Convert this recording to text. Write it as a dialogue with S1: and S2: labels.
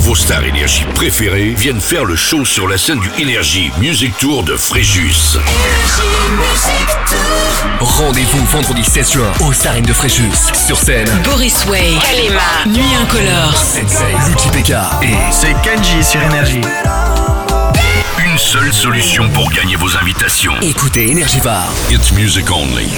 S1: vos stars énergie préférées viennent faire le show sur la scène du Energy Music Tour de Fréjus.
S2: Rendez-vous vendredi 16 juin au Sarine de Fréjus. Sur scène,
S3: Boris Way, Kalema, Nuit Incolore.
S2: Sensei, Luchi Pekka et
S4: C'est Kenji sur Énergie.
S1: Une seule solution pour gagner vos invitations.
S2: écoutez Energy Var.
S1: It's music only.